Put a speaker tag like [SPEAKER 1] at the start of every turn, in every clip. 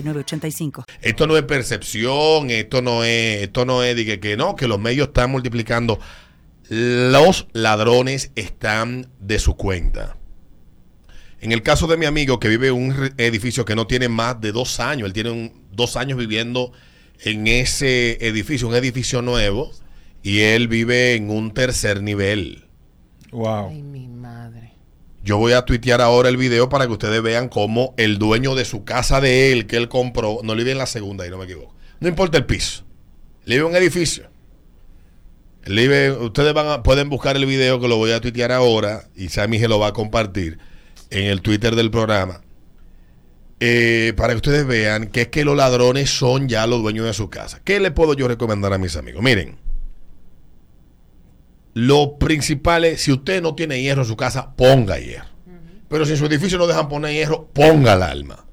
[SPEAKER 1] 985.
[SPEAKER 2] Esto no es percepción, esto no es, esto no es de que, que no, que los medios están multiplicando. Los ladrones están de su cuenta. En el caso de mi amigo que vive en un edificio que no tiene más de dos años, él tiene un, dos años viviendo en ese edificio, un edificio nuevo, y él vive en un tercer nivel.
[SPEAKER 3] Wow.
[SPEAKER 4] Ay, mi madre.
[SPEAKER 2] Yo voy a tuitear ahora el video para que ustedes vean cómo el dueño de su casa de él que él compró, no le vive en la segunda y no me equivoco. No importa el piso. Le vive en un edificio. Él vive- ustedes van a- pueden buscar el video que lo voy a tuitear ahora y Sammy se lo va a compartir en el Twitter del programa. Eh, para que ustedes vean que es que los ladrones son ya los dueños de su casa. ¿Qué le puedo yo recomendar a mis amigos? Miren. Lo principal es, si usted no tiene hierro en su casa, ponga hierro. Pero si en su edificio no dejan poner hierro, ponga alarma.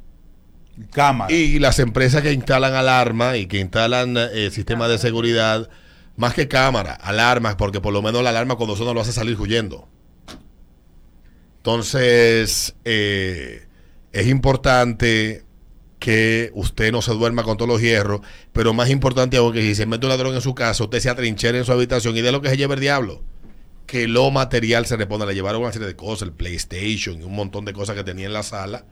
[SPEAKER 3] Cámara.
[SPEAKER 2] Y las empresas que instalan alarma y que instalan eh, sistemas de seguridad, más que cámara, alarmas, porque por lo menos la alarma cuando suena lo hace salir huyendo. Entonces, eh, es importante que usted no se duerma con todos los hierros, pero más importante aún que si se mete un ladrón en su casa, usted se atrinchera en su habitación y de lo que se lleve el diablo. Que lo material se responda. Le llevaron una serie de cosas, el PlayStation y un montón de cosas que tenía en la sala.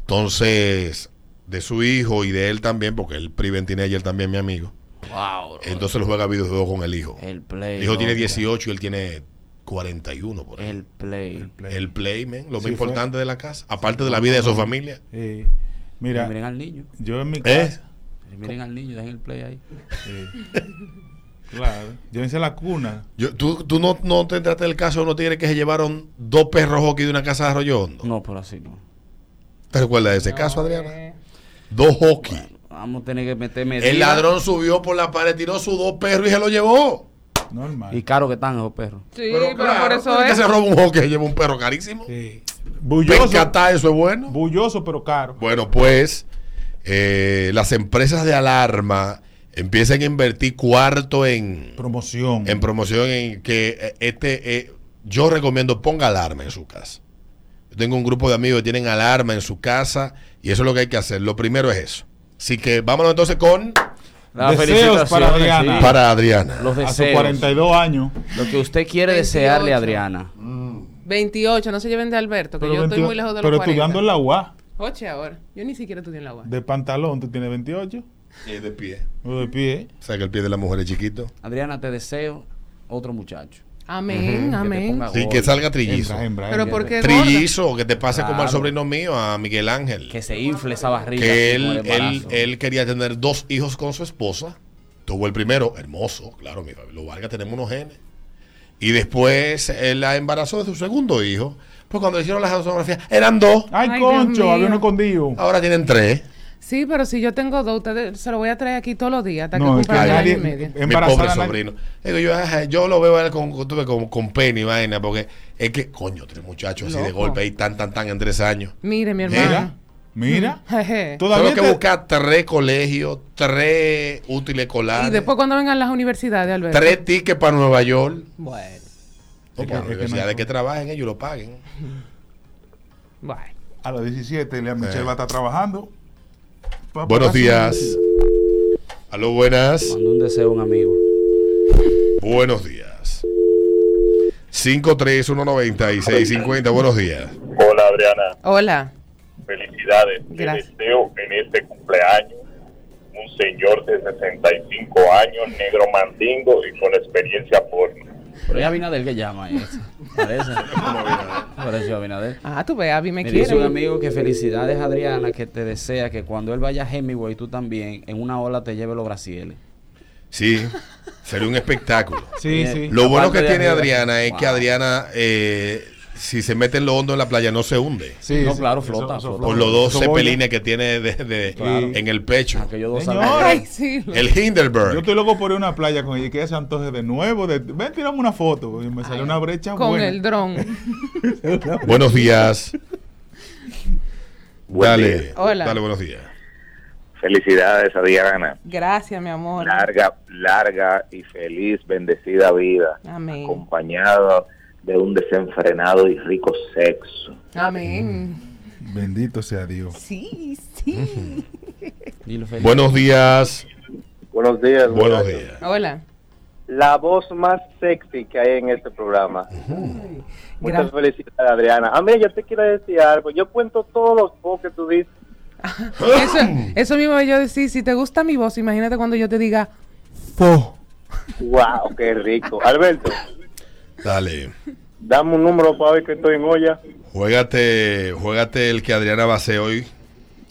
[SPEAKER 2] Entonces, de su hijo y de él también, porque él priven tiene ayer también mi amigo.
[SPEAKER 5] Wow. bro.
[SPEAKER 2] Entonces él juega videojuegos con el hijo.
[SPEAKER 5] el play.
[SPEAKER 2] El hijo tiene
[SPEAKER 5] loco.
[SPEAKER 2] 18 y él tiene 41 por ahí.
[SPEAKER 5] El play.
[SPEAKER 2] El playman, lo más
[SPEAKER 3] Sí, fue.
[SPEAKER 2] importante de la casa, aparte de la vida de su familia.
[SPEAKER 3] Eh, mira,
[SPEAKER 5] Miren al niño.
[SPEAKER 3] yo en mi
[SPEAKER 2] ¿Eh?
[SPEAKER 3] casa.
[SPEAKER 5] Miren al niño, dejen el play ahí.
[SPEAKER 3] eh, claro. Yo hice la cuna.
[SPEAKER 2] Yo- ¿Tú, tú no, no te entraste del caso de unos tigres que se llevaron dos perros hockey de una casa de Arroyo Hondo?
[SPEAKER 5] No, por así no.
[SPEAKER 2] ¿Te recuerdas de ese caso, Adriana? Dos hockey.
[SPEAKER 5] Vamos a tener que meter medida.
[SPEAKER 2] El ladrón subió por la pared, tiró sus dos perros y se los llevó.
[SPEAKER 3] Normal.
[SPEAKER 5] Y caro que están esos perros.
[SPEAKER 4] Sí, pero, por
[SPEAKER 2] claro,
[SPEAKER 4] eso
[SPEAKER 2] el que
[SPEAKER 4] es.
[SPEAKER 2] se roba un hockey se lleva un perro carísimo.
[SPEAKER 3] Sí. Bulloso.
[SPEAKER 2] Pencatá, eso es bueno.
[SPEAKER 3] Bulloso, pero caro.
[SPEAKER 2] Bueno, pues eh, las empresas de alarma empiezan a invertir cuarto en,
[SPEAKER 3] Promoción.
[SPEAKER 2] en promoción en que eh, este eh, yo recomiendo ponga alarma en su casa. Yo tengo un grupo de amigos que tienen alarma en su casa y eso es lo que hay que hacer. Lo primero es eso. Así que vámonos entonces con
[SPEAKER 5] Las
[SPEAKER 3] Deseos
[SPEAKER 5] felicitaciones,
[SPEAKER 3] para Adriana.
[SPEAKER 5] sí.
[SPEAKER 2] para Adriana.
[SPEAKER 5] Ah. Los
[SPEAKER 3] a sus
[SPEAKER 5] deseos.
[SPEAKER 3] 42 años.
[SPEAKER 5] Lo que usted quiere desearle a Adriana.
[SPEAKER 4] 28, no se lleven de Alberto, que yo
[SPEAKER 3] 22
[SPEAKER 4] estoy muy lejos de los
[SPEAKER 3] pero
[SPEAKER 4] 40.
[SPEAKER 3] estudiando en la UA.
[SPEAKER 4] Oche ahora. Yo ni siquiera estudié en la UAS.
[SPEAKER 3] De pantalón, tú tienes 28.
[SPEAKER 2] Eh, de pie.
[SPEAKER 3] O de pie.
[SPEAKER 2] O sea que el pie de la mujer es chiquito.
[SPEAKER 5] Adriana, te deseo otro muchacho.
[SPEAKER 4] Amén,
[SPEAKER 5] Que te
[SPEAKER 4] amén.
[SPEAKER 5] ponga
[SPEAKER 2] Sí,
[SPEAKER 5] gordo.
[SPEAKER 2] que salga trillizo.
[SPEAKER 3] Hembra, hembra,
[SPEAKER 4] Pero
[SPEAKER 3] hembra.
[SPEAKER 4] ¿por qué gorda?
[SPEAKER 2] Trillizo, que te pase como al
[SPEAKER 5] Claro.
[SPEAKER 2] sobrino mío, a Miguel Ángel.
[SPEAKER 5] Que se infle esa barriga.
[SPEAKER 2] que
[SPEAKER 5] así, con
[SPEAKER 2] él, él,
[SPEAKER 5] el embarazo.
[SPEAKER 2] él quería tener dos hijos con su esposa. Tuvo el primero, hermoso, claro, mi Fabio Vargas, tenemos unos genes. Y después él la embarazó de su segundo hijo. Pues cuando le hicieron las sonografías, eran dos.
[SPEAKER 3] Ay,
[SPEAKER 4] Ay, Dios
[SPEAKER 3] concho,
[SPEAKER 4] mío. Ah.
[SPEAKER 3] había uno escondido.
[SPEAKER 2] Ahora tienen tres.
[SPEAKER 4] Sí, pero si yo tengo dos, ustedes se lo voy a traer aquí todos los días hasta
[SPEAKER 3] No,
[SPEAKER 4] que
[SPEAKER 3] es que
[SPEAKER 4] cumplan el año
[SPEAKER 3] nadie-
[SPEAKER 4] y medio.
[SPEAKER 2] Mi pobre
[SPEAKER 3] embarazada. nadie-
[SPEAKER 2] sobrino. Digo, yo, ajá, yo lo veo a él con, tuve con, con pena y vaina, porque es que, coño, tres muchachos así de
[SPEAKER 4] Loco.
[SPEAKER 2] golpe ahí tan, tan, tan en tres años.
[SPEAKER 4] Mire, mi
[SPEAKER 3] Mira,
[SPEAKER 4] hermano.
[SPEAKER 3] mira.
[SPEAKER 4] Jeje.
[SPEAKER 3] Todavía
[SPEAKER 2] Tengo que
[SPEAKER 3] te-
[SPEAKER 2] buscar tres colegios, tres útiles escolares,
[SPEAKER 4] Y después cuando vengan las universidades, Alberto.
[SPEAKER 2] tres tickets para Nueva York.
[SPEAKER 4] Bueno,
[SPEAKER 2] No, para
[SPEAKER 3] Es que- es que no
[SPEAKER 2] la universidad
[SPEAKER 3] hay-
[SPEAKER 2] de que trabajen ellos lo paguen.
[SPEAKER 4] bueno.
[SPEAKER 3] A las 17, Lea Michelle
[SPEAKER 2] Eh.
[SPEAKER 3] va a estar trabajando. Pa-
[SPEAKER 2] Buenos
[SPEAKER 3] pa-
[SPEAKER 2] días. Aló, buenas.
[SPEAKER 5] Mando un deseo a un amigo.
[SPEAKER 2] Buenos días. 5319650. Buenos días.
[SPEAKER 6] Hola Adriana,
[SPEAKER 4] Hola.
[SPEAKER 6] felicidades.
[SPEAKER 4] Gracias.
[SPEAKER 6] Te deseo en este cumpleaños un señor de 65 años, negro mandingo y con experiencia porno.
[SPEAKER 5] Pero es Abinader que llama ahí. Parece. Parece Abinader.
[SPEAKER 4] Ah, tú ves, Abby me,
[SPEAKER 5] Me
[SPEAKER 4] quiere.
[SPEAKER 5] dice un amigo que felicidades Adriana, que te desea que cuando él vaya a Hemingway, tú también, en una ola te lleve los brasieles.
[SPEAKER 2] Sí, sería un espectáculo.
[SPEAKER 3] Sí,
[SPEAKER 5] Bien.
[SPEAKER 3] sí.
[SPEAKER 2] Lo
[SPEAKER 5] La
[SPEAKER 2] bueno
[SPEAKER 5] parte
[SPEAKER 2] que
[SPEAKER 5] de
[SPEAKER 2] tiene
[SPEAKER 5] arriba.
[SPEAKER 2] Adriana es que
[SPEAKER 5] Wow.
[SPEAKER 2] Adriana eh, si se mete en lo hondo en la playa, no se hunde.
[SPEAKER 3] Sí,
[SPEAKER 5] no,
[SPEAKER 3] sí,
[SPEAKER 5] claro,
[SPEAKER 3] eso-
[SPEAKER 5] flota,
[SPEAKER 3] eso
[SPEAKER 5] flota.
[SPEAKER 2] Por los dos
[SPEAKER 3] Eso voy,
[SPEAKER 2] cepelines que tiene de- de-
[SPEAKER 5] Claro. Ah,
[SPEAKER 2] en el pecho.
[SPEAKER 5] Aquellos dos
[SPEAKER 3] Señor.
[SPEAKER 5] amigos.
[SPEAKER 4] Ay, sí. lo-
[SPEAKER 2] El Hinderberg.
[SPEAKER 3] Yo estoy loco por ir a una playa con ella y que ella se antoje de nuevo. De, ven, tirame una foto. Y me salió una brecha
[SPEAKER 4] Con
[SPEAKER 3] buena.
[SPEAKER 4] el dron.
[SPEAKER 2] Buenos días.
[SPEAKER 6] Buen
[SPEAKER 2] dale.
[SPEAKER 6] día.
[SPEAKER 4] Hola.
[SPEAKER 2] Dale, buenos días.
[SPEAKER 6] Felicidades a Diana.
[SPEAKER 4] Gracias, mi amor.
[SPEAKER 6] Larga, larga y feliz, bendecida vida.
[SPEAKER 4] Amén.
[SPEAKER 6] Acompañada de un desenfrenado y rico sexo.
[SPEAKER 4] Amén.
[SPEAKER 3] Bendito sea Dios.
[SPEAKER 4] Sí, sí.
[SPEAKER 5] Dilo, Felipe.
[SPEAKER 2] Buenos días.
[SPEAKER 7] Buenos días.
[SPEAKER 2] Buenos
[SPEAKER 7] muchachos.
[SPEAKER 2] días.
[SPEAKER 4] Hola.
[SPEAKER 7] La voz más sexy que hay en este programa. Muchas
[SPEAKER 4] Gra-
[SPEAKER 7] felicidades, Adriana. Ah, mira, yo te quiero decir algo. Yo cuento todos los po que tú dices.
[SPEAKER 4] Eso, eso mismo yo decir, si te gusta mi voz, imagínate cuando yo te diga,
[SPEAKER 7] ¡Wow! ¡Qué rico! Alberto,
[SPEAKER 2] Dale.
[SPEAKER 7] dame un número para ver que estoy en olla.
[SPEAKER 2] Juégate, juégate el que Adriana va a hacer hoy.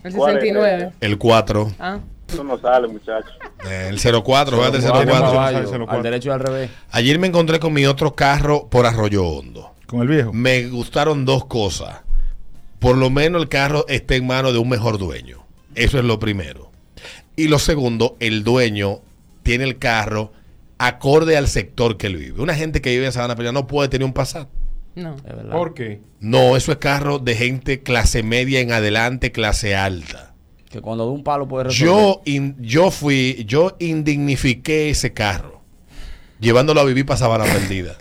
[SPEAKER 4] el
[SPEAKER 7] ¿Cuál es?
[SPEAKER 4] 69.
[SPEAKER 2] El 4.
[SPEAKER 4] Ah,
[SPEAKER 7] Eso no sale, muchacho.
[SPEAKER 2] eh, El 04. Juégate el
[SPEAKER 5] Vamos,
[SPEAKER 2] 04.
[SPEAKER 5] caballo,
[SPEAKER 3] Se lo
[SPEAKER 5] al
[SPEAKER 3] cuatro.
[SPEAKER 5] derecho y al revés.
[SPEAKER 2] Ayer me encontré con mi otro carro por Arroyo Hondo.
[SPEAKER 3] Con el viejo.
[SPEAKER 2] Me gustaron dos cosas. Por lo menos el carro esté en manos de un mejor dueño. Eso es lo primero. Y lo segundo, el dueño tiene el carro acorde al sector que él vive. Una gente que vive en Sabana Peña no puede tener un Passat.
[SPEAKER 4] no.
[SPEAKER 5] Es verdad.
[SPEAKER 3] ¿Por qué?
[SPEAKER 2] No, eso es carro de gente clase media en adelante, clase alta.
[SPEAKER 5] Que cuando de un palo puede resolver.
[SPEAKER 2] Yo, in- yo fui, yo indignifiqué ese carro, llevándolo a vivir para Sabana Perdida.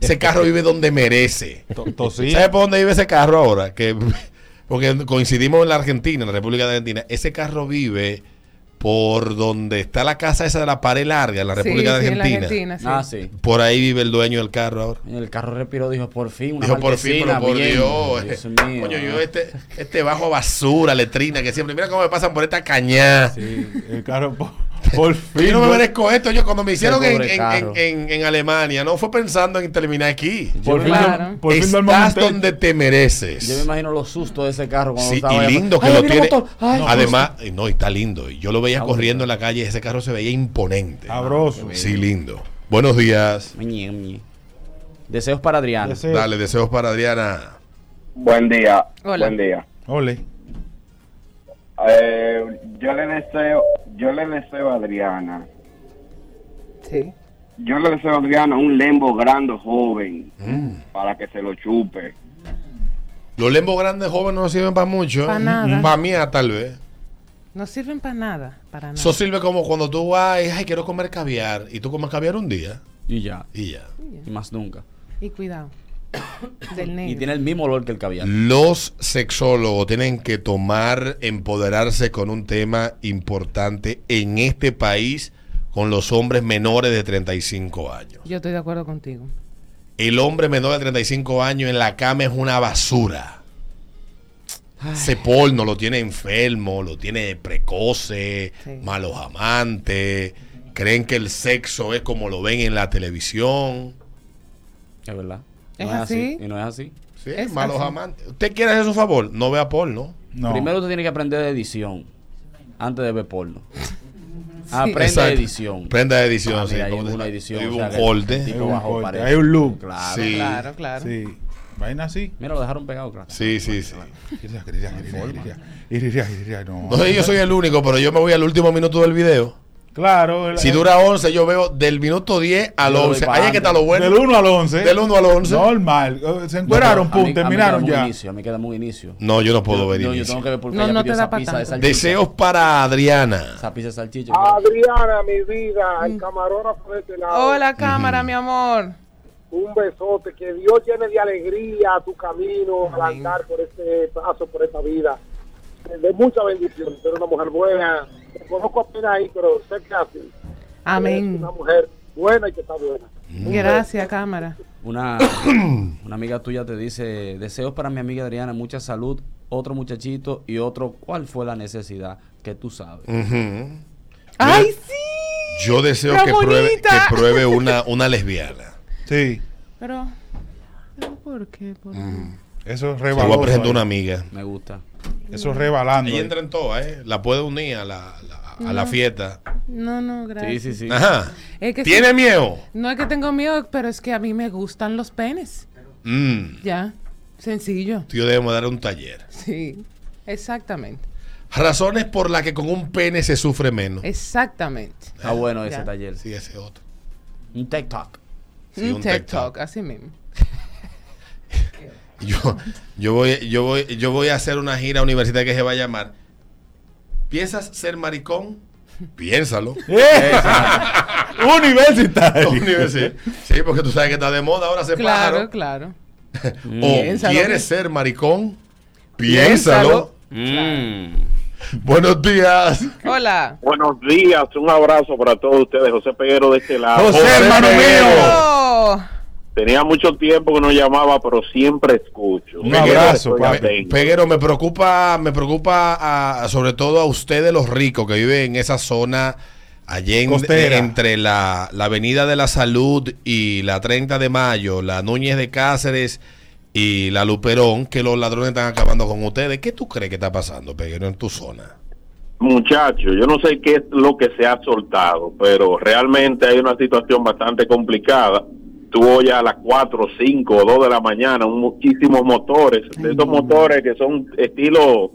[SPEAKER 2] Ese carro vive donde merece.
[SPEAKER 3] To- tosí.
[SPEAKER 2] ¿Sabes por dónde vive ese carro ahora? Que, porque coincidimos en la Argentina, en la República de Argentina. Ese carro vive por donde está la casa esa de la pared larga en la República
[SPEAKER 4] sí,
[SPEAKER 2] de
[SPEAKER 4] sí, en la
[SPEAKER 2] Argentina.
[SPEAKER 4] Argentina, sí.
[SPEAKER 5] Ah, sí.
[SPEAKER 2] Por ahí vive el dueño del carro ahora.
[SPEAKER 5] En El carro respiró, dijo, por fin, una
[SPEAKER 2] Dijo, por fin, pero
[SPEAKER 5] marquesina,
[SPEAKER 2] por
[SPEAKER 5] bien".
[SPEAKER 2] Dios.
[SPEAKER 5] Dios
[SPEAKER 2] eh,
[SPEAKER 5] mío.
[SPEAKER 2] Coño, yo este, este bajo a basura, letrina, que siempre. Mira cómo me pasan por esta caña.
[SPEAKER 3] Sí, el carro por, por fin.
[SPEAKER 2] Yo no me
[SPEAKER 3] ¿no?
[SPEAKER 2] merezco esto. Yo cuando me hicieron en,
[SPEAKER 5] pobre
[SPEAKER 2] en-
[SPEAKER 5] carro.
[SPEAKER 2] en- en- en Alemania, no fue pensando en terminar aquí.
[SPEAKER 3] Por fin,
[SPEAKER 4] Claro.
[SPEAKER 3] duermo- por fin duermo en un
[SPEAKER 2] Estás
[SPEAKER 3] techo.
[SPEAKER 2] donde te
[SPEAKER 5] Yo me
[SPEAKER 2] mereces.
[SPEAKER 5] imagino los sustos de ese carro cuando
[SPEAKER 2] Sí,
[SPEAKER 5] estaba
[SPEAKER 2] y
[SPEAKER 5] allá.
[SPEAKER 2] lindo que
[SPEAKER 5] Ay,
[SPEAKER 2] lo
[SPEAKER 5] mira,
[SPEAKER 2] tiene.
[SPEAKER 5] motor. Ay,
[SPEAKER 2] No, Además, eh, no, y está lindo. Y Yo lo veía
[SPEAKER 5] Está
[SPEAKER 2] corriendo
[SPEAKER 5] bonito.
[SPEAKER 2] en la calle. Ese carro se veía imponente.
[SPEAKER 3] Sabroso.
[SPEAKER 2] Sí, lindo. Buenos días.
[SPEAKER 5] Ñe, Ñe. Deseos para Adriana.
[SPEAKER 3] Deseo.
[SPEAKER 2] Dale, deseos para Adriana.
[SPEAKER 7] Buen día.
[SPEAKER 4] Hola. buen
[SPEAKER 7] día.
[SPEAKER 3] Ole.
[SPEAKER 6] Eh,
[SPEAKER 7] yo le deseo, yo le deseo a Adriana,
[SPEAKER 4] Sí.
[SPEAKER 7] yo le deseo a Adriana un lembo grande joven para que se lo chupe.
[SPEAKER 2] Mm. Los lembos grandes jóvenes no sirven para mucho.
[SPEAKER 4] Pa' nada.
[SPEAKER 2] Para mí, tal vez.
[SPEAKER 4] No sirven para nada, para nada.
[SPEAKER 2] Eso sirve como cuando tú vas y, ay, quiero comer caviar. Y tú comes caviar un día
[SPEAKER 5] Y ya.
[SPEAKER 2] y ya.
[SPEAKER 5] Y más nunca.
[SPEAKER 4] Y cuidado. Del
[SPEAKER 5] Y
[SPEAKER 4] negro.
[SPEAKER 5] tiene el mismo olor que el caviar.
[SPEAKER 2] Los sexólogos tienen que tomar, empoderarse con un tema importante en este país con los hombres menores de 35 años.
[SPEAKER 4] Yo estoy de acuerdo contigo.
[SPEAKER 2] El hombre menor de 35 años en la cama es una basura. Ese porno lo tiene enfermo, lo tiene precoce,
[SPEAKER 4] Sí.
[SPEAKER 2] malos amantes, creen que el sexo es como lo ven en la televisión.
[SPEAKER 5] Es verdad.
[SPEAKER 4] ¿Es
[SPEAKER 5] No es así.
[SPEAKER 4] así?
[SPEAKER 5] Y no es así.
[SPEAKER 2] Sí,
[SPEAKER 4] Es
[SPEAKER 2] malos
[SPEAKER 4] así.
[SPEAKER 2] amantes. ¿Usted quiere hacer su favor? No vea porno.
[SPEAKER 3] No.
[SPEAKER 5] Primero tú tienes que aprender de edición. Antes de ver porno.
[SPEAKER 4] Prenda
[SPEAKER 5] Aprende
[SPEAKER 2] Exacto.
[SPEAKER 5] de edición.
[SPEAKER 2] Prenda de edición,
[SPEAKER 5] Ah,
[SPEAKER 2] sí.
[SPEAKER 5] mira, hay
[SPEAKER 2] Como te-
[SPEAKER 5] una edición.
[SPEAKER 2] hay
[SPEAKER 5] o
[SPEAKER 2] un
[SPEAKER 5] sea, que el
[SPEAKER 2] corte.
[SPEAKER 5] tipo
[SPEAKER 3] Hay un
[SPEAKER 5] bajó
[SPEAKER 3] corte,
[SPEAKER 5] pared.
[SPEAKER 3] hay un loop.
[SPEAKER 5] Claro.
[SPEAKER 2] Sí.
[SPEAKER 4] Claro, claro.
[SPEAKER 3] Sí. Vaina así.
[SPEAKER 5] Mira, lo dejaron pegado, claro.
[SPEAKER 2] Sí, sí, sí.
[SPEAKER 3] Iría, iría, iría, iría, iría, iría, no.
[SPEAKER 2] No sé, yo soy el único, pero yo me voy al último minuto del video.
[SPEAKER 3] Claro. el-
[SPEAKER 2] Si dura 11, yo veo del minuto 10 al
[SPEAKER 5] Yo le doy
[SPEAKER 2] 11.
[SPEAKER 5] pa'
[SPEAKER 2] Ahí es que está lo
[SPEAKER 3] Del
[SPEAKER 2] bueno.
[SPEAKER 3] 1 al 11.
[SPEAKER 2] Del 1 al 11.
[SPEAKER 3] Normal. Eh, Se
[SPEAKER 5] Esperaron,
[SPEAKER 3] encueraron, pum, terminaron ya.
[SPEAKER 5] Inicio, a mí queda muy inicio.
[SPEAKER 2] No, yo no puedo
[SPEAKER 5] Yo-
[SPEAKER 2] ver
[SPEAKER 5] yo- Yo
[SPEAKER 2] inicio.
[SPEAKER 5] tengo que ver por qué
[SPEAKER 4] No,
[SPEAKER 5] ella
[SPEAKER 4] no
[SPEAKER 5] pidió
[SPEAKER 4] te da
[SPEAKER 5] esa
[SPEAKER 4] pa'
[SPEAKER 5] pizza de
[SPEAKER 4] tanto.
[SPEAKER 5] salchicha.
[SPEAKER 2] Deseos para Adriana.
[SPEAKER 5] Esa pizza de salchicha.
[SPEAKER 7] Adriana, mi vida, el camarógrafo de este lado.
[SPEAKER 4] Mm. Hola, cámara, mi amor.
[SPEAKER 7] Un besote, que Dios llene de alegría tu camino al
[SPEAKER 4] Amén.
[SPEAKER 7] andar por este paso, por esta vida. De mucha bendición, ser una mujer buena. Te conozco apenas ahí, pero sé que así. Eres
[SPEAKER 4] Amén.
[SPEAKER 7] Una mujer buena y que está buena.
[SPEAKER 4] Gracias, cámara.
[SPEAKER 5] Una, una amiga tuya te dice, deseos para mi amiga Adriana, mucha salud, otro muchachito y otro, ¿cuál fue la necesidad que tú sabes?
[SPEAKER 2] Ujú.
[SPEAKER 4] ¡Ay, sí!
[SPEAKER 2] Yo deseo
[SPEAKER 4] Está
[SPEAKER 2] que pruebe,
[SPEAKER 4] bonita.
[SPEAKER 2] que pruebe una, una lesbiana.
[SPEAKER 3] Sí.
[SPEAKER 4] Pero, pero ¿por qué? ¿Por qué?
[SPEAKER 2] Ah.
[SPEAKER 3] Eso es
[SPEAKER 2] Le voy a
[SPEAKER 3] rebalando.
[SPEAKER 2] presentar una amiga.
[SPEAKER 5] Me gusta.
[SPEAKER 3] Eso es rebalando.
[SPEAKER 2] Ella entra en todas, ¿eh? La puede unir a la, la- a la fiesta.
[SPEAKER 4] No, no,
[SPEAKER 5] Sí,
[SPEAKER 4] gracias.
[SPEAKER 5] sí, sí.
[SPEAKER 2] Ajá.
[SPEAKER 4] Es que
[SPEAKER 2] ¿Tiene
[SPEAKER 4] sí-
[SPEAKER 2] miedo?
[SPEAKER 4] No es que tengo miedo, pero es que a mí me gustan los penes.
[SPEAKER 2] Mm.
[SPEAKER 4] Ya. Sencillo.
[SPEAKER 2] Tío, debemos dar un taller.
[SPEAKER 4] Sí. Exactamente.
[SPEAKER 2] Razones por las que con un pene se sufre menos.
[SPEAKER 4] Exactamente.
[SPEAKER 5] Está bueno ese
[SPEAKER 4] Ya.
[SPEAKER 5] taller.
[SPEAKER 2] Sí, ese otro.
[SPEAKER 5] Un TikTok.
[SPEAKER 2] Sí,
[SPEAKER 4] un
[SPEAKER 2] un
[SPEAKER 4] TikTok,
[SPEAKER 2] TikTok.
[SPEAKER 4] así mismo.
[SPEAKER 2] Yo, yo, voy, yo, voy, yo voy a hacer una gira universitaria que se va a llamar ¿Piensas ser maricón? Piénsalo.
[SPEAKER 3] ¡Eh! Universitario.
[SPEAKER 2] Universi- Sí, porque tú sabes que está de moda ahora ser
[SPEAKER 4] Claro,
[SPEAKER 2] pájaro.
[SPEAKER 4] claro.
[SPEAKER 2] O
[SPEAKER 4] Piénsalo.
[SPEAKER 2] quieres ser maricón, piénsalo.
[SPEAKER 5] Mm.
[SPEAKER 2] Buenos días.
[SPEAKER 4] Hola.
[SPEAKER 6] Buenos días, un abrazo para todos ustedes. José Peguero de este lado.
[SPEAKER 3] José,
[SPEAKER 2] José
[SPEAKER 3] hermano
[SPEAKER 2] Peguero.
[SPEAKER 3] mío.
[SPEAKER 4] Oh,
[SPEAKER 6] Tenía mucho tiempo que no llamaba, pero siempre escucho.
[SPEAKER 3] Un abrazo,
[SPEAKER 6] Estoy
[SPEAKER 3] papi.
[SPEAKER 6] atento.
[SPEAKER 2] Peguero, me preocupa, me preocupa a- sobre todo a ustedes los ricos que viven en esa zona allí en-
[SPEAKER 3] Costera.
[SPEAKER 2] entre la, la Avenida de la Salud y la 30 de Mayo, la Núñez de Cáceres y la Luperón, que los ladrones están acabando con ustedes. ¿Qué tú crees que está pasando, Peguero, en tu zona?
[SPEAKER 6] Muchachos, yo no sé qué es lo que se ha soltado, pero realmente hay una situación bastante complicada. Tú oyes a las 4, 5 o 2 de la mañana un- muchísimos motores, de esos motores que son estilo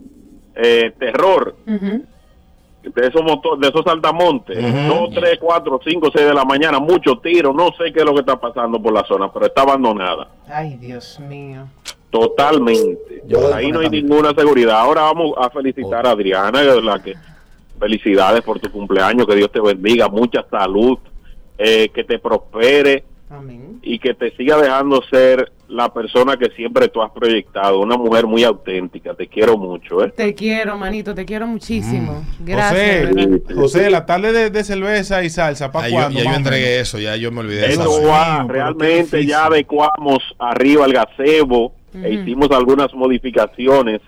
[SPEAKER 6] eh, terror, de esos motores, de esos saltamontes, 2, 3, 4, 5, 6 de la mañana, muchos tiros, no sé qué es lo que está pasando por la zona, pero está abandonada.
[SPEAKER 4] Ay, Dios mío.
[SPEAKER 6] Totalmente.
[SPEAKER 5] Yo voy a
[SPEAKER 6] Ahí
[SPEAKER 5] poner
[SPEAKER 6] no hay
[SPEAKER 5] también.
[SPEAKER 6] ninguna seguridad. Ahora vamos a felicitar a Adriana, que es la que felicidades por tu cumpleaños, que Dios te bendiga, mucha salud, eh, que te prospere
[SPEAKER 4] Amén.
[SPEAKER 6] y que te siga dejando ser la persona que siempre tú has proyectado, una mujer muy auténtica. Te quiero mucho, ¿eh?
[SPEAKER 4] Te quiero, manito, te quiero muchísimo.
[SPEAKER 3] José,
[SPEAKER 4] Gracias. ¿verdad?
[SPEAKER 3] José, la tarde de, de cerveza y salsa, ¿para
[SPEAKER 2] Ya Ah, yo,
[SPEAKER 3] cuándo?
[SPEAKER 2] ya yo
[SPEAKER 3] más o menos?
[SPEAKER 2] entregué eso, ya yo me olvidé de esa
[SPEAKER 3] Eso
[SPEAKER 6] Esto
[SPEAKER 2] vaina.
[SPEAKER 6] va,
[SPEAKER 5] Ah,
[SPEAKER 3] Dios mío, pero qué
[SPEAKER 6] realmente
[SPEAKER 3] difícil.
[SPEAKER 6] ya adecuamos arriba al gazebo e
[SPEAKER 4] Ujú.
[SPEAKER 6] hicimos algunas modificaciones.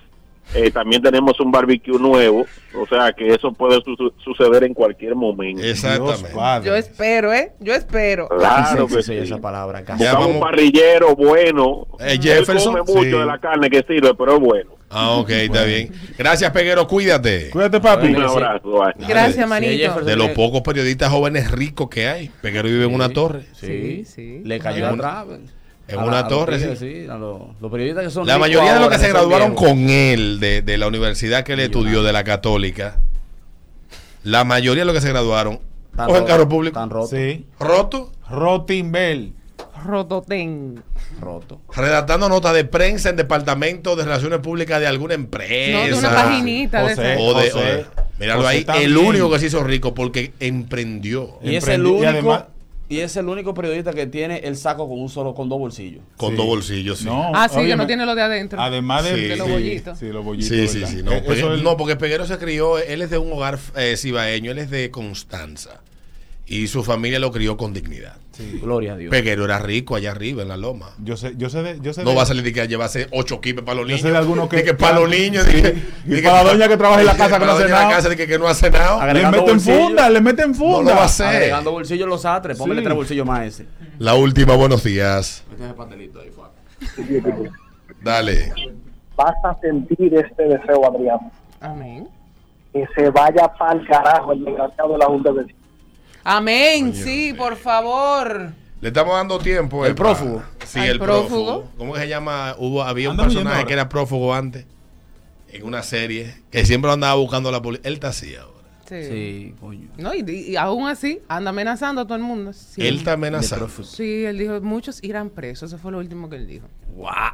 [SPEAKER 6] Eh, también tenemos un barbecue nuevo, o sea que eso puede su- suceder en cualquier momento.
[SPEAKER 2] Exactamente.
[SPEAKER 3] Dios padre.
[SPEAKER 4] Yo espero, ¿eh? Yo espero.
[SPEAKER 6] Claro
[SPEAKER 5] Sí, sí,
[SPEAKER 6] que
[SPEAKER 5] sí,
[SPEAKER 6] sí.
[SPEAKER 5] esa palabra acá.
[SPEAKER 2] Ya
[SPEAKER 6] Buscamos
[SPEAKER 2] vamos.
[SPEAKER 6] un parrillero bueno.
[SPEAKER 2] Eh,
[SPEAKER 6] Él
[SPEAKER 2] Jefferson,
[SPEAKER 6] come mucho
[SPEAKER 3] sí.
[SPEAKER 6] de la carne que sirve, pero es bueno.
[SPEAKER 2] Ah, ok, está bien. Gracias, Peguero, cuídate.
[SPEAKER 3] Cuídate, papi.
[SPEAKER 5] Bueno,
[SPEAKER 6] Un
[SPEAKER 5] sí.
[SPEAKER 6] abrazo. bye.
[SPEAKER 4] Gracias,
[SPEAKER 5] Sí,
[SPEAKER 4] manito.
[SPEAKER 5] Jefferson.
[SPEAKER 2] De los pocos periodistas jóvenes ricos que hay. Peguero vive en una torre.
[SPEAKER 5] Sí,
[SPEAKER 4] Sí,
[SPEAKER 5] sí.
[SPEAKER 4] sí.
[SPEAKER 5] Le cayó
[SPEAKER 2] En una-
[SPEAKER 5] atrás.
[SPEAKER 2] en
[SPEAKER 5] A la-
[SPEAKER 2] una
[SPEAKER 5] a los
[SPEAKER 2] torre,
[SPEAKER 5] tigres,
[SPEAKER 2] sí.
[SPEAKER 5] a los, los periodistas que son.
[SPEAKER 2] La
[SPEAKER 5] ricos
[SPEAKER 2] mayoría de los
[SPEAKER 5] ahora,
[SPEAKER 2] que se
[SPEAKER 5] son
[SPEAKER 2] graduaron
[SPEAKER 5] viejos.
[SPEAKER 2] con él de, de la universidad que él estudió, de la católica, la mayoría de los que se graduaron,
[SPEAKER 5] Tan
[SPEAKER 2] o en
[SPEAKER 5] roto,
[SPEAKER 2] carro público,
[SPEAKER 5] Tan roto.
[SPEAKER 3] Sí.
[SPEAKER 2] roto,
[SPEAKER 3] Rotimbel.
[SPEAKER 4] Rototen.
[SPEAKER 5] Roto.
[SPEAKER 2] redactando notas de prensa en departamento de relaciones públicas de alguna empresa.
[SPEAKER 4] No, de una paginita de
[SPEAKER 3] José.
[SPEAKER 4] esa.
[SPEAKER 2] O de, o
[SPEAKER 3] José.
[SPEAKER 2] de- míralo
[SPEAKER 3] José
[SPEAKER 2] ahí, el
[SPEAKER 3] también.
[SPEAKER 2] único que se hizo rico porque emprendió
[SPEAKER 5] Y es el
[SPEAKER 3] Emprendió, y
[SPEAKER 5] único. Y,
[SPEAKER 3] además-
[SPEAKER 5] es el único periodista que tiene el saco con un solo, con dos bolsillos.
[SPEAKER 2] con
[SPEAKER 3] Sí.
[SPEAKER 2] dos bolsillos. Sí.
[SPEAKER 3] No,
[SPEAKER 4] Ah, sí, que
[SPEAKER 3] Oh, óyeme,
[SPEAKER 4] no tiene lo de adentro.
[SPEAKER 3] Además de,
[SPEAKER 2] Sí. De los
[SPEAKER 3] sí,
[SPEAKER 4] bollitos.
[SPEAKER 3] Sí, los bollitos.
[SPEAKER 2] Sí, sí,
[SPEAKER 3] ¿verdad?
[SPEAKER 2] sí. No,
[SPEAKER 3] Eh,
[SPEAKER 2] Peguero-
[SPEAKER 3] eso es-
[SPEAKER 2] no, porque Peguero se crió, él es de un hogar eh, cibaeño, él es de Constanza. Y su familia lo crió con dignidad.
[SPEAKER 3] sí.
[SPEAKER 5] Gloria a Dios.
[SPEAKER 2] Peguero era rico allá arriba en la loma.
[SPEAKER 3] Yo sé, yo sé de, yo sé
[SPEAKER 2] No
[SPEAKER 3] de-
[SPEAKER 2] va a salir de que llevarse ocho kilos para los
[SPEAKER 3] Yo
[SPEAKER 2] niños.
[SPEAKER 3] sé de alguno que-
[SPEAKER 2] De que para los niños. de
[SPEAKER 3] Sí.
[SPEAKER 2] que-
[SPEAKER 3] Y
[SPEAKER 2] de que
[SPEAKER 3] para la doña que trabaja en la
[SPEAKER 2] de
[SPEAKER 3] casa que
[SPEAKER 2] para
[SPEAKER 3] no
[SPEAKER 2] la
[SPEAKER 3] hace
[SPEAKER 2] doña en la
[SPEAKER 3] nada.
[SPEAKER 2] casa de que, que no hace nada.
[SPEAKER 5] Agre-
[SPEAKER 3] Le
[SPEAKER 5] Agregando
[SPEAKER 3] meten
[SPEAKER 5] bolsillo.
[SPEAKER 3] funda, le meten funda.
[SPEAKER 2] No lo va a hacer.
[SPEAKER 5] Agregando bolsillos los atres. Póngale
[SPEAKER 3] Sí.
[SPEAKER 5] tres bolsillos más a ese.
[SPEAKER 2] La última, buenos días.
[SPEAKER 5] Este es el pastelito ahí, fuck.
[SPEAKER 2] Dale.
[SPEAKER 7] Vas a sentir este deseo, Adrián.
[SPEAKER 4] Amén.
[SPEAKER 7] Que se vaya para el carajo el desgraciado de la Junta de
[SPEAKER 4] Amén, sí, por favor.
[SPEAKER 2] Le estamos dando tiempo.
[SPEAKER 5] El
[SPEAKER 2] eh,
[SPEAKER 5] prófugo.
[SPEAKER 2] para- Sí,
[SPEAKER 4] Al
[SPEAKER 2] el prófugo.
[SPEAKER 4] prófugo.
[SPEAKER 2] ¿Cómo que se llama? Hubo, había un
[SPEAKER 3] Anda huyendo
[SPEAKER 2] personaje
[SPEAKER 3] ahora.
[SPEAKER 2] que era prófugo antes. En una serie. Que siempre lo andaba buscando la policía. Él está así ahora.
[SPEAKER 4] Sí.
[SPEAKER 5] Sí, coño.
[SPEAKER 4] No, y, y aún así anda amenazando a todo el mundo. Sí.
[SPEAKER 2] Él está
[SPEAKER 5] De
[SPEAKER 2] amenazado.
[SPEAKER 5] prófugo.
[SPEAKER 4] Sí, él dijo, muchos irán presos. Eso fue lo último que él dijo.
[SPEAKER 5] Guau.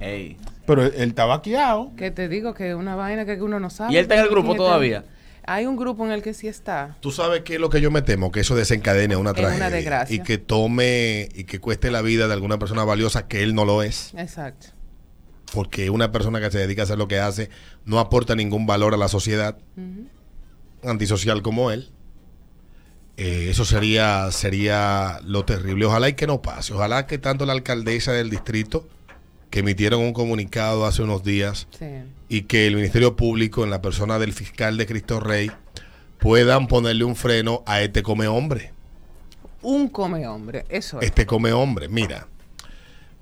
[SPEAKER 5] Ey.
[SPEAKER 3] Pero él está vaqueado.
[SPEAKER 4] Que te digo que es una vaina que uno no sabe.
[SPEAKER 5] ¿Y él está en el grupo
[SPEAKER 4] Fíjate.
[SPEAKER 5] todavía?
[SPEAKER 4] Hay un grupo en el que sí está.
[SPEAKER 2] Tú sabes qué es lo que yo me temo, que eso desencadene una
[SPEAKER 4] Es una
[SPEAKER 2] tragedia
[SPEAKER 4] desgracia.
[SPEAKER 2] y que tome y que cueste la vida de alguna persona valiosa que él no lo es,
[SPEAKER 4] Exacto.
[SPEAKER 2] porque una persona que se dedica a hacer lo que hace no aporta ningún valor a la sociedad antisocial como él. Eh, eso sería sería lo terrible. Ojalá y que no pase. Ojalá que tanto la alcaldesa del distrito que emitieron un comunicado hace unos días
[SPEAKER 4] Sí.
[SPEAKER 2] y que el Ministerio Público, en la persona del fiscal de Cristo Rey, puedan ponerle un freno a este come hombre.
[SPEAKER 4] Un come hombre, eso es.
[SPEAKER 2] Este come hombre. Mira,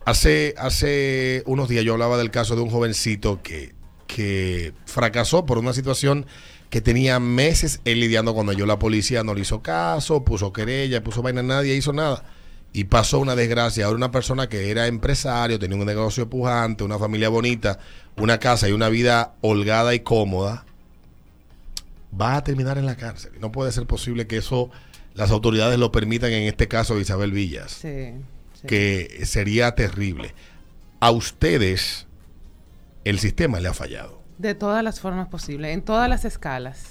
[SPEAKER 2] hace, hace unos días yo hablaba del caso de un jovencito que, que fracasó por una situación que tenía meses él lidiando con ello. La policía no le hizo caso, puso querella, puso vaina, nadie hizo nada. y pasó una desgracia. Ahora una persona que era empresario, tenía un negocio pujante, una familia bonita, una casa y una vida holgada y cómoda, va a terminar en la cárcel. No puede ser posible que eso las autoridades lo permitan en este caso de Isabel Villas,
[SPEAKER 4] Sí. sí.
[SPEAKER 2] que sería terrible. A ustedes el sistema le ha fallado.
[SPEAKER 4] De todas las formas posibles, en todas las escalas.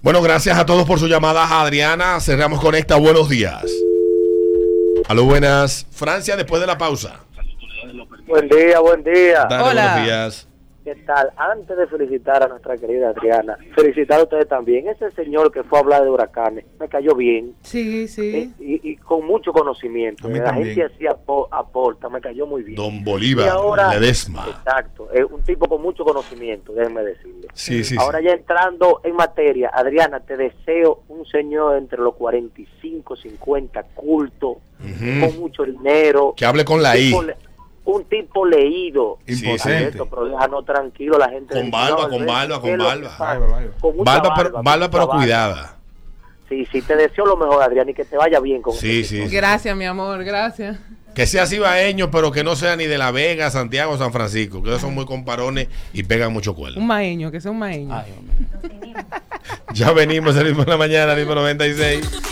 [SPEAKER 2] Bueno, gracias a todos por su llamada, Adriana. Cerramos con esta. Buenos días. Aló, buenas. Francia, después de la pausa.
[SPEAKER 8] Buen día, buen día.
[SPEAKER 2] Dale,
[SPEAKER 4] Hola.
[SPEAKER 2] Buenos días.
[SPEAKER 8] ¿Qué tal? Antes de felicitar a nuestra querida Adriana, felicitar a ustedes también. Ese señor que fue a hablar de huracanes, me cayó bien
[SPEAKER 4] Sí, sí.
[SPEAKER 8] eh, y, y con mucho conocimiento.
[SPEAKER 3] A mí
[SPEAKER 8] La
[SPEAKER 3] también.
[SPEAKER 8] gente así apo- aporta, me cayó muy bien.
[SPEAKER 2] Don
[SPEAKER 8] y
[SPEAKER 2] Bolívar
[SPEAKER 8] ahora,
[SPEAKER 2] Ledesma.
[SPEAKER 8] exacto, es un tipo con mucho conocimiento, déjeme decirle.
[SPEAKER 2] Sí, sí, sí.
[SPEAKER 8] Ahora ya entrando en materia, Adriana, te deseo un señor entre los 45, 50, culto,
[SPEAKER 2] Ujú.
[SPEAKER 8] con mucho dinero.
[SPEAKER 2] Que hable con la I.
[SPEAKER 8] tipo le- un tipo leído.
[SPEAKER 3] Impotente.
[SPEAKER 8] Alberto, pero déjanos tranquilo la gente.
[SPEAKER 2] Con
[SPEAKER 8] del-
[SPEAKER 2] barba, con
[SPEAKER 8] Alberto,
[SPEAKER 2] barba, con
[SPEAKER 8] ¿qué es lo que
[SPEAKER 2] barba.
[SPEAKER 8] pasa?
[SPEAKER 3] Barba, barba.
[SPEAKER 8] Con mucha
[SPEAKER 2] Barba, pero,
[SPEAKER 8] barba,
[SPEAKER 2] barba, pero
[SPEAKER 8] mucha barba.
[SPEAKER 2] cuidada.
[SPEAKER 8] Sí, sí, te deseo lo mejor, Adrián, y que te vaya bien con este
[SPEAKER 2] Sí,
[SPEAKER 8] eso.
[SPEAKER 2] sí. sí.
[SPEAKER 4] Gracias, mi amor, gracias.
[SPEAKER 2] Que sea cibaeño, pero que no sea ni de La Vega, Santiago, San Francisco. Que esos son muy comparones y pegan mucho cuerno.
[SPEAKER 4] Un maeño, que sea un maeño.
[SPEAKER 5] Ay, Dios mío.
[SPEAKER 2] Ya venimos, el ritmo de la mañana, ritmo 96.